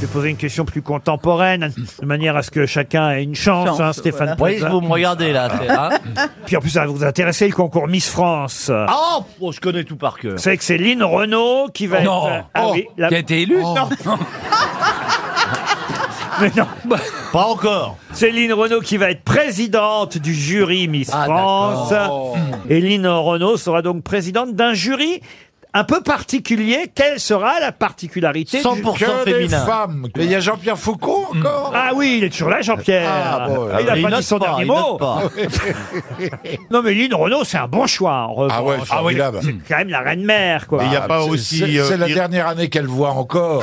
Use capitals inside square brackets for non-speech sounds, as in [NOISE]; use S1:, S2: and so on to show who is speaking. S1: vais poser une question plus contemporaine, de manière à ce que chacun ait une chance,
S2: Chance,
S1: hein, Stéphane
S2: voilà. Oui,
S1: Plaza.
S2: vous me regardez, là, c'est- hein
S1: Puis en plus, ça va vous intéresser, le concours Miss France.
S2: Ah, oh, oh, je connais tout par cœur.
S1: Vous savez que c'est Lynn Renault qui va
S2: Non.
S1: être... Ah
S2: Oh,
S1: oui, la- Oh.
S3: Qui a été élu
S1: Non. [LAUGHS] Mais non,
S2: Pas encore.
S1: Céline Renaud qui va être présidente du jury Miss
S2: Ah,
S1: France. Et Lynn Renaud sera donc présidente d'un jury un peu particulier. Quelle sera la particularité du...
S2: 100%
S4: que des
S2: féminin.
S4: femmes. Mais il y a Jean-Pierre Foucault encore
S5: Mm.
S1: Ah oui, il est toujours là, Jean-Pierre.
S4: Ah, bon,
S1: il a
S2: Mais
S1: pas dit
S2: note
S1: son
S2: pas,
S1: dernier
S2: il
S1: mot.
S2: note pas.
S1: Non, mais Lynn Renaud, c'est un bon choix. En
S4: Ah ouais,
S1: revanche.
S4: formidable.
S1: c'est quand même la reine mère, quoi.
S4: Ah,
S5: il y a pas
S4: c'est-
S5: aussi,
S4: C'est
S5: euh,
S4: c'est la
S5: il-
S4: dernière année qu'elle voit encore.